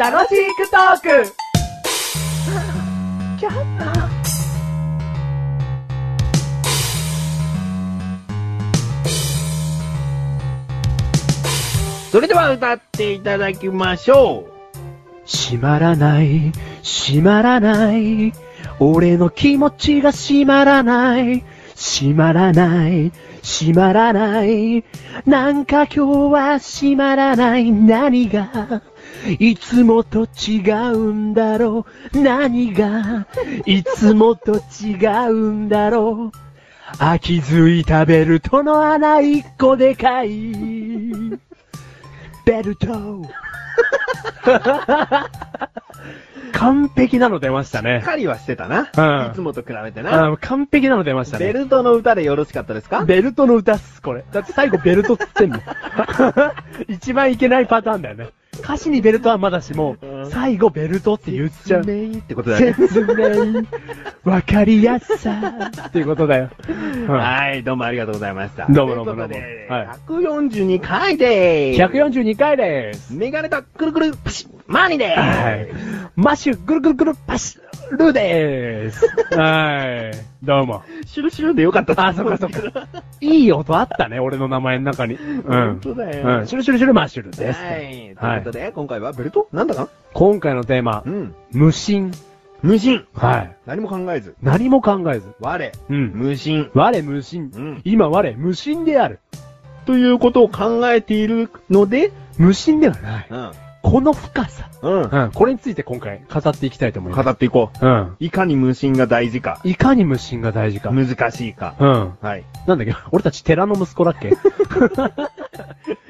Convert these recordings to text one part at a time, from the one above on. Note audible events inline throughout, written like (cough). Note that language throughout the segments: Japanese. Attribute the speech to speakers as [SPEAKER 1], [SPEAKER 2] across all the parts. [SPEAKER 1] 楽しくトーク
[SPEAKER 2] それでは歌っていただきましょ
[SPEAKER 3] 閉まらない、閉まらない。俺の気持ちが閉まらない。閉まらない、閉まらない。なんか今日は閉まらない。何がいつもと違うんだろう。何がいつもと違うんだろう。飽きづいたベルトの穴一個でかい。ベルト。 (laughs) 完璧なの出ました
[SPEAKER 2] う。
[SPEAKER 3] ね。
[SPEAKER 2] 狩りはしてたな。
[SPEAKER 3] うん
[SPEAKER 2] いつもと比べてな。
[SPEAKER 3] あー完璧なの出ました
[SPEAKER 2] ベ
[SPEAKER 3] ね。
[SPEAKER 2] ルトの歌でよろしかったですか
[SPEAKER 3] ベルトの歌っす、これ。だって最後ベルトっつって
[SPEAKER 2] (laughs)
[SPEAKER 3] んの。一番いけないパターンだよね。歌詞にベルトはまだしも
[SPEAKER 2] う、ん
[SPEAKER 3] 最後ベルトって言っちゃう。
[SPEAKER 2] 説明ってことだね。
[SPEAKER 3] 説明、わかりやすさ、っていうことだよ。うん
[SPEAKER 2] はい、どうもありがとうございました。
[SPEAKER 3] どうもどうも
[SPEAKER 2] といことで
[SPEAKER 3] どうもはい
[SPEAKER 2] 142回でーす。
[SPEAKER 3] 142回です。
[SPEAKER 2] メガネタ、くるくる、プシッ、マーニーで
[SPEAKER 3] はい
[SPEAKER 2] ー。
[SPEAKER 3] マッシュ、ぐるぐるぐる、パシュ、ルーでーす。はい。どうも。
[SPEAKER 2] す。シュルシュルでよかった
[SPEAKER 3] あ、そっかそっか。いい音あったね、俺の名前の中に。うん。
[SPEAKER 2] (laughs) 本当だよ
[SPEAKER 3] うん。シュルシュルシュルマッシュルです。
[SPEAKER 2] はい。ということで、今回はベルトなんだか
[SPEAKER 3] 今回のテーマ
[SPEAKER 2] う、ん。
[SPEAKER 3] 無心。
[SPEAKER 2] 無心。
[SPEAKER 3] はい。
[SPEAKER 2] 何も考えず。
[SPEAKER 3] 何も考えず。
[SPEAKER 2] 我、
[SPEAKER 3] うん。
[SPEAKER 2] 無心。
[SPEAKER 3] 我無心。
[SPEAKER 2] うん
[SPEAKER 3] 今我無心である。
[SPEAKER 2] ということを考えているので、
[SPEAKER 3] 無心ではない。
[SPEAKER 2] うん。
[SPEAKER 3] この深さ。
[SPEAKER 2] うん。
[SPEAKER 3] うん。これについて今回語っていきたいと思います。
[SPEAKER 2] 語っていこ
[SPEAKER 3] うん。
[SPEAKER 2] う。いかに無心が大事か、
[SPEAKER 3] いかに無心が大事か。
[SPEAKER 2] 難しいか。
[SPEAKER 3] うん。
[SPEAKER 2] はい。
[SPEAKER 3] なんだっけ、 (laughs) 俺たち寺の息子だっけ (laughs)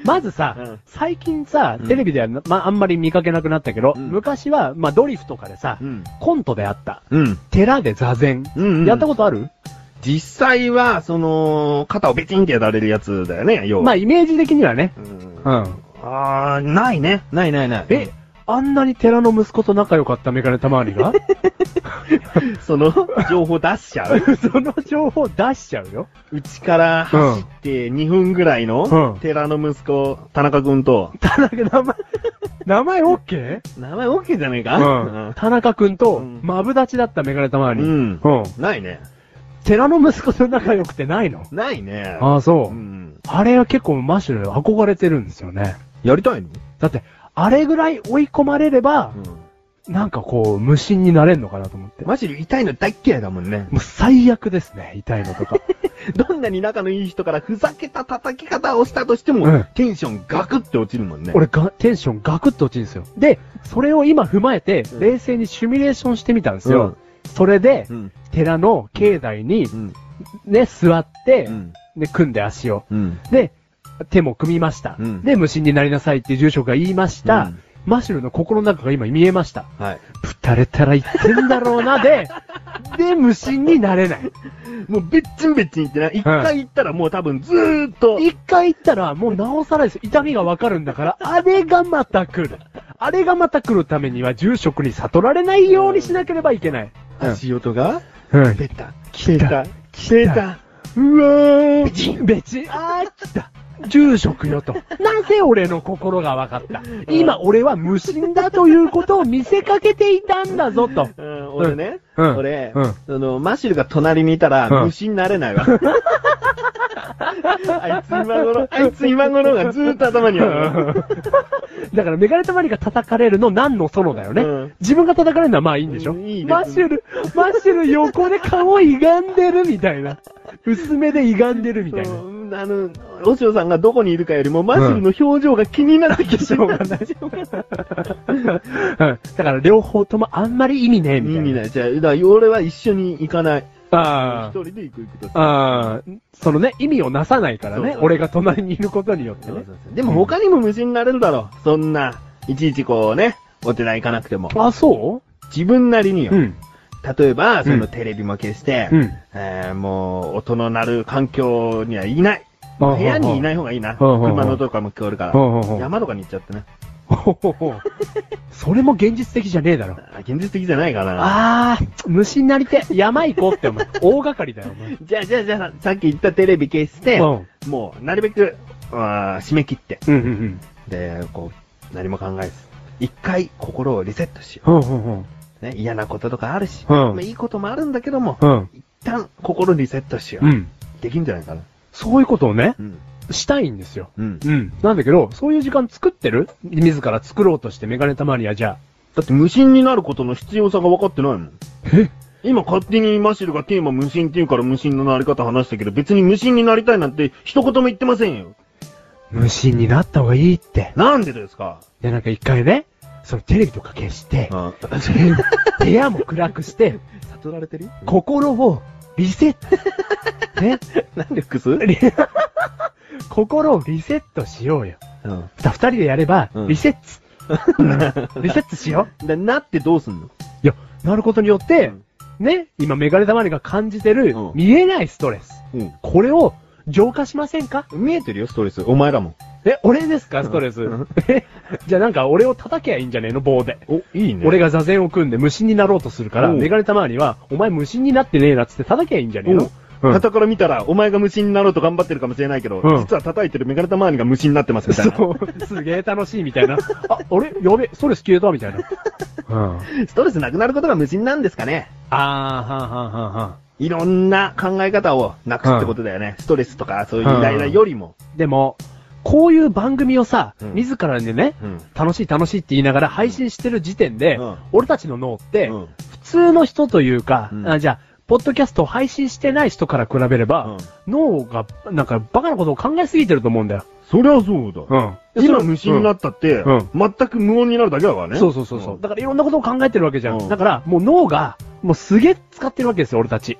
[SPEAKER 3] まずさ、
[SPEAKER 2] うん
[SPEAKER 3] 最近さ
[SPEAKER 2] う、ん
[SPEAKER 3] テレビではな、まあ、あんまり見かけなくなったけど、
[SPEAKER 2] うん
[SPEAKER 3] 昔は、まあ、ドリフとかでさ、
[SPEAKER 2] ん。
[SPEAKER 3] コントであった。
[SPEAKER 2] うん。
[SPEAKER 3] 寺で座禅。
[SPEAKER 2] うん、
[SPEAKER 3] やったことある、
[SPEAKER 2] 実際は、その、肩をベチンってやられるやつだよね、要は。
[SPEAKER 3] まあ、イメージ的にはね。
[SPEAKER 2] うん
[SPEAKER 3] う
[SPEAKER 2] あ
[SPEAKER 3] ん。
[SPEAKER 2] ー、ないね。ないないない
[SPEAKER 3] え、あんなに寺の息子と仲良かったメガネたまわり (laughs) が
[SPEAKER 2] その、情報出しちゃう (laughs)
[SPEAKER 3] その情報出しちゃうよ。
[SPEAKER 2] うちから走って2分ぐらいの、
[SPEAKER 3] うん
[SPEAKER 2] 寺の息子、田中くんと、
[SPEAKER 3] 田中、名 (laughs) 前、名前 OK?
[SPEAKER 2] 名前 OK じゃねえか
[SPEAKER 3] うん。田中くんと
[SPEAKER 2] うん、
[SPEAKER 3] マブダチだったメガネたまわり。
[SPEAKER 2] う
[SPEAKER 3] うん。
[SPEAKER 2] ん。ないね。
[SPEAKER 3] 寺の息子と仲良くてないの
[SPEAKER 2] ないね。
[SPEAKER 3] ああ、そうう。
[SPEAKER 2] ん。
[SPEAKER 3] あれは結構マッシュル憧れてるんですよね。
[SPEAKER 2] やりたいの
[SPEAKER 3] だって、あれぐらい追い込まれれば、なんかこう、無心になれんのかなと思って。も
[SPEAKER 2] マジで痛いの大っ嫌いだもんね。
[SPEAKER 3] う最悪ですね、痛いのとか。
[SPEAKER 2] どんなに仲のいい人からふざけた叩き方をしたとしても、
[SPEAKER 3] うん
[SPEAKER 2] テンションガクって落ちるもんね。
[SPEAKER 3] 俺が、テンションガクッと落ちるんですよ。で、それを今踏まえて、
[SPEAKER 2] うん
[SPEAKER 3] 冷静にシミュレーションしてみたんですよ。
[SPEAKER 2] うん
[SPEAKER 3] それで
[SPEAKER 2] う、ん。
[SPEAKER 3] 寺の境内に
[SPEAKER 2] う、ん。
[SPEAKER 3] ね、座って、
[SPEAKER 2] うん。
[SPEAKER 3] ね、組んで足を。
[SPEAKER 2] うん。
[SPEAKER 3] で、手も組みました。
[SPEAKER 2] うん
[SPEAKER 3] で、無心になりなさいって住職が言いました。
[SPEAKER 2] うん
[SPEAKER 3] マシュルの心の中が今見えました。
[SPEAKER 2] はい。
[SPEAKER 3] ぶたれたら言ってんだろうな、
[SPEAKER 2] (laughs)
[SPEAKER 3] で、で、無心になれない。
[SPEAKER 2] もうべっちんべっちん言ってな。一回行ったらもう多分ずーっと、
[SPEAKER 3] 一回行ったら、もうなおさらですよ。痛みがわかるんだから、あれがまた来る。あれがまた来るためには、住職に悟られないようにしなければいけない。
[SPEAKER 2] 足音が、
[SPEAKER 3] うん。
[SPEAKER 2] 出た、来
[SPEAKER 3] 来た
[SPEAKER 2] た、来
[SPEAKER 3] た
[SPEAKER 2] た。
[SPEAKER 3] うわー。べち、べち、あー、来た。住職よと。なぜ俺の心がわかった今俺は無心だということを見せかけていたんだぞと。
[SPEAKER 2] うん、俺ね、
[SPEAKER 3] うん
[SPEAKER 2] 俺、
[SPEAKER 3] うん
[SPEAKER 2] その、マシルが隣にいたら、
[SPEAKER 3] うん
[SPEAKER 2] 虫になれない
[SPEAKER 3] (laughs)
[SPEAKER 2] わ。あいつ今頃、あいつ今頃がずーっと頭にある。
[SPEAKER 3] (laughs) だから、メガネたまりが叩かれるの何のそのだよね。
[SPEAKER 2] うん
[SPEAKER 3] 自分が叩かれるのはまあいいんでしょ、
[SPEAKER 2] うんいいです
[SPEAKER 3] マッシュル、マッシュル横で顔歪んでるみたいな。薄めで歪んでるみたいな。
[SPEAKER 2] うんあの、おしさんがどこにいるかよりも、マシルの表情が気になってきてしょうがない。
[SPEAKER 3] うんだから、両方ともあんまり意味ねえみ
[SPEAKER 2] 意
[SPEAKER 3] た
[SPEAKER 2] 味な
[SPEAKER 3] いな。
[SPEAKER 2] い。じゃあ、だから俺は一緒に行かない。一
[SPEAKER 3] あ
[SPEAKER 2] 人で行く行くと。
[SPEAKER 3] あ。ああ。そのね、意味をなさないから
[SPEAKER 2] そう
[SPEAKER 3] ね。
[SPEAKER 2] そう
[SPEAKER 3] 俺が隣にいることによって
[SPEAKER 2] そう
[SPEAKER 3] ね。
[SPEAKER 2] そうそうでも他にも虫になれるだろう。そんな、いちいちこうね、お寺行かなくても。
[SPEAKER 3] あ、そ
[SPEAKER 2] 自分なりによ。
[SPEAKER 3] ううん。
[SPEAKER 2] 例えば、そ
[SPEAKER 3] うん
[SPEAKER 2] のテレビも消して、
[SPEAKER 3] うん
[SPEAKER 2] えーもう、音の鳴る環境にはいない。
[SPEAKER 3] あ。
[SPEAKER 2] 部屋にいないい方がいいな。
[SPEAKER 3] ほうほうほう
[SPEAKER 2] 車の音とかも聞こえるか
[SPEAKER 3] ほうほうほ
[SPEAKER 2] ら。
[SPEAKER 3] う
[SPEAKER 2] 山とかに行っちゃってね。
[SPEAKER 3] ほほほそれも現実的じゃねえだろ。
[SPEAKER 2] あ現実的じゃないかな。
[SPEAKER 3] ああ、虫になりてえ、山行こう (laughs) って、お前。大掛かりだよ、お前。
[SPEAKER 2] じゃあ、じゃあ、じゃあ、さっき言ったテレビ消して、
[SPEAKER 3] うん
[SPEAKER 2] もう、なるべく、あー締め切って、
[SPEAKER 3] うんうん
[SPEAKER 2] で、こう、何も考えず。一回心をリセットしよ
[SPEAKER 3] うんうん
[SPEAKER 2] う。ね、嫌なこととかあるし、
[SPEAKER 3] うん
[SPEAKER 2] まあいいこともあるんだけども、
[SPEAKER 3] うん。うん。
[SPEAKER 2] 一旦心リセットしよう。
[SPEAKER 3] うん。
[SPEAKER 2] できんじゃないかな。
[SPEAKER 3] そういうことをね、
[SPEAKER 2] うん。
[SPEAKER 3] したいんですよ。
[SPEAKER 2] うん。だ
[SPEAKER 3] うん。なんだけど、そういう時間作ってる自ら作ろうとしてメガネたまりはじゃ
[SPEAKER 2] って無心になることの必要さが分かってないもん。
[SPEAKER 3] あ。え
[SPEAKER 2] 今勝手にマシルがテーマ無心って言うから無心のなり方話したけど、別に無心になりたいなんて一言も言ってませんよ。
[SPEAKER 3] 無心になった方がいいって。
[SPEAKER 2] なんでですか
[SPEAKER 3] で、なんか一回ね、そのテレビとか消して、
[SPEAKER 2] (laughs) あ、
[SPEAKER 3] 部屋も暗くして、
[SPEAKER 2] 悟られてるこ、
[SPEAKER 3] 心をリセット。 (laughs) ね。
[SPEAKER 2] なんで複数うん。
[SPEAKER 3] リ心をリセットしようよ。
[SPEAKER 2] だ、
[SPEAKER 3] さ二人でやれば
[SPEAKER 2] う、ん
[SPEAKER 3] リセッ (laughs) ツ。リセッツしよ
[SPEAKER 2] なってどうすんの
[SPEAKER 3] う。いや、なることによって
[SPEAKER 2] うん、
[SPEAKER 3] ね、今メガネ玉にが感じてる
[SPEAKER 2] うん、
[SPEAKER 3] 見えないストレス。
[SPEAKER 2] う
[SPEAKER 3] これを浄化しませんか
[SPEAKER 2] ん。見えてるよ、ストレス。お前らも。
[SPEAKER 3] え、俺ですかストレス
[SPEAKER 2] うん。
[SPEAKER 3] え (laughs) じゃあなんか俺を叩けばいいんじゃねえの棒で。
[SPEAKER 2] お、いいね
[SPEAKER 3] 俺
[SPEAKER 2] が、
[SPEAKER 3] が座禅を組んで無心になろうとするから、
[SPEAKER 2] うん
[SPEAKER 3] メガネたまわりは、お前無心になってねえなっつって叩きゃいいんじゃねえのうん
[SPEAKER 2] 傍から見たら、お前が無心になろうと頑張ってるかもしれないけど、
[SPEAKER 3] うん
[SPEAKER 2] 実は叩いてるメガネタ周りが無心になってますみたいな。
[SPEAKER 3] そう、 (laughs) すげえ楽しいみたいな。あ、俺、やべ、ストレス消えたみたいな。うん。あ
[SPEAKER 2] ストレスなくなることが無心なんですかね
[SPEAKER 3] ー、はんはんはんはい
[SPEAKER 2] ろんな考え方をなくすってことだよね。ストレスとか、そういうイライラよりも。
[SPEAKER 3] ん。でも、こういう番組をさ
[SPEAKER 2] うん、
[SPEAKER 3] 自らでね、
[SPEAKER 2] うん。
[SPEAKER 3] 楽しい楽しいって言いながら配信してる時点で、
[SPEAKER 2] うん
[SPEAKER 3] 俺たちの脳って、
[SPEAKER 2] うん
[SPEAKER 3] 普通の人というか、
[SPEAKER 2] うん
[SPEAKER 3] あじゃあ、ポッドキャストを配信してない人から比べれば、脳が、なんか、バカなことを考えすぎてると思うんだよ。
[SPEAKER 2] そりゃそうだ。
[SPEAKER 3] ん
[SPEAKER 2] 今無心になったって、
[SPEAKER 3] うん
[SPEAKER 2] 全く無音になるだけだからね。
[SPEAKER 3] そうそうそうそう、
[SPEAKER 2] ん
[SPEAKER 3] だからいろんなことを考えてるわけじゃん。
[SPEAKER 2] うん
[SPEAKER 3] だから、もう脳が、もうすげえ使ってるわけですよ、俺たち。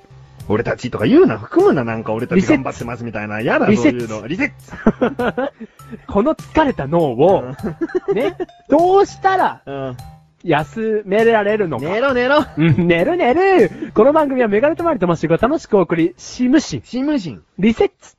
[SPEAKER 2] 俺たちとか言うな、含むな、なんか俺たち頑張ってますみたいな。やだ、そう
[SPEAKER 3] リセッ
[SPEAKER 2] い
[SPEAKER 3] ツ
[SPEAKER 2] うの。リセッツ
[SPEAKER 3] この疲れた脳を、ね、どうしたら
[SPEAKER 2] うん。
[SPEAKER 3] 休められるのか。
[SPEAKER 2] 寝ろ寝ろ
[SPEAKER 3] うん寝る寝るこの番組はメガネとマリとマッシュが楽しくお送り、しむし、
[SPEAKER 2] 新無心。
[SPEAKER 3] リセッツ